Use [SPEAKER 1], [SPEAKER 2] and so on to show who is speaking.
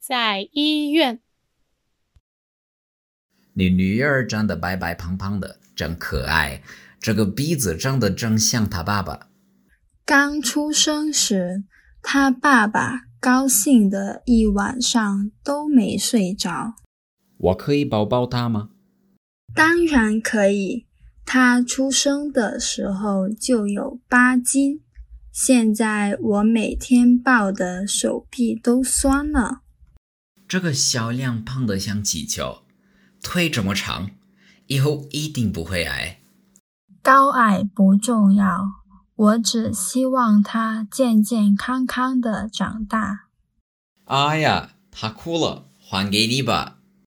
[SPEAKER 1] 在医院。
[SPEAKER 2] 你女儿长得白白胖胖的，真可爱。这个鼻子长得真像他爸爸。
[SPEAKER 3] 刚出生时，他爸爸高兴的一晚上都没睡着。
[SPEAKER 2] 我可以抱抱他吗？
[SPEAKER 3] 当然可以，他出生的时候就有八斤，现在我每天抱的手臂都酸了。
[SPEAKER 2] 这个小亮胖得像气球，腿这么长，以后一定不会矮。
[SPEAKER 3] 高矮不重要，我只希望他健健康康的长大。
[SPEAKER 2] 哎呀，他哭了，还给你吧。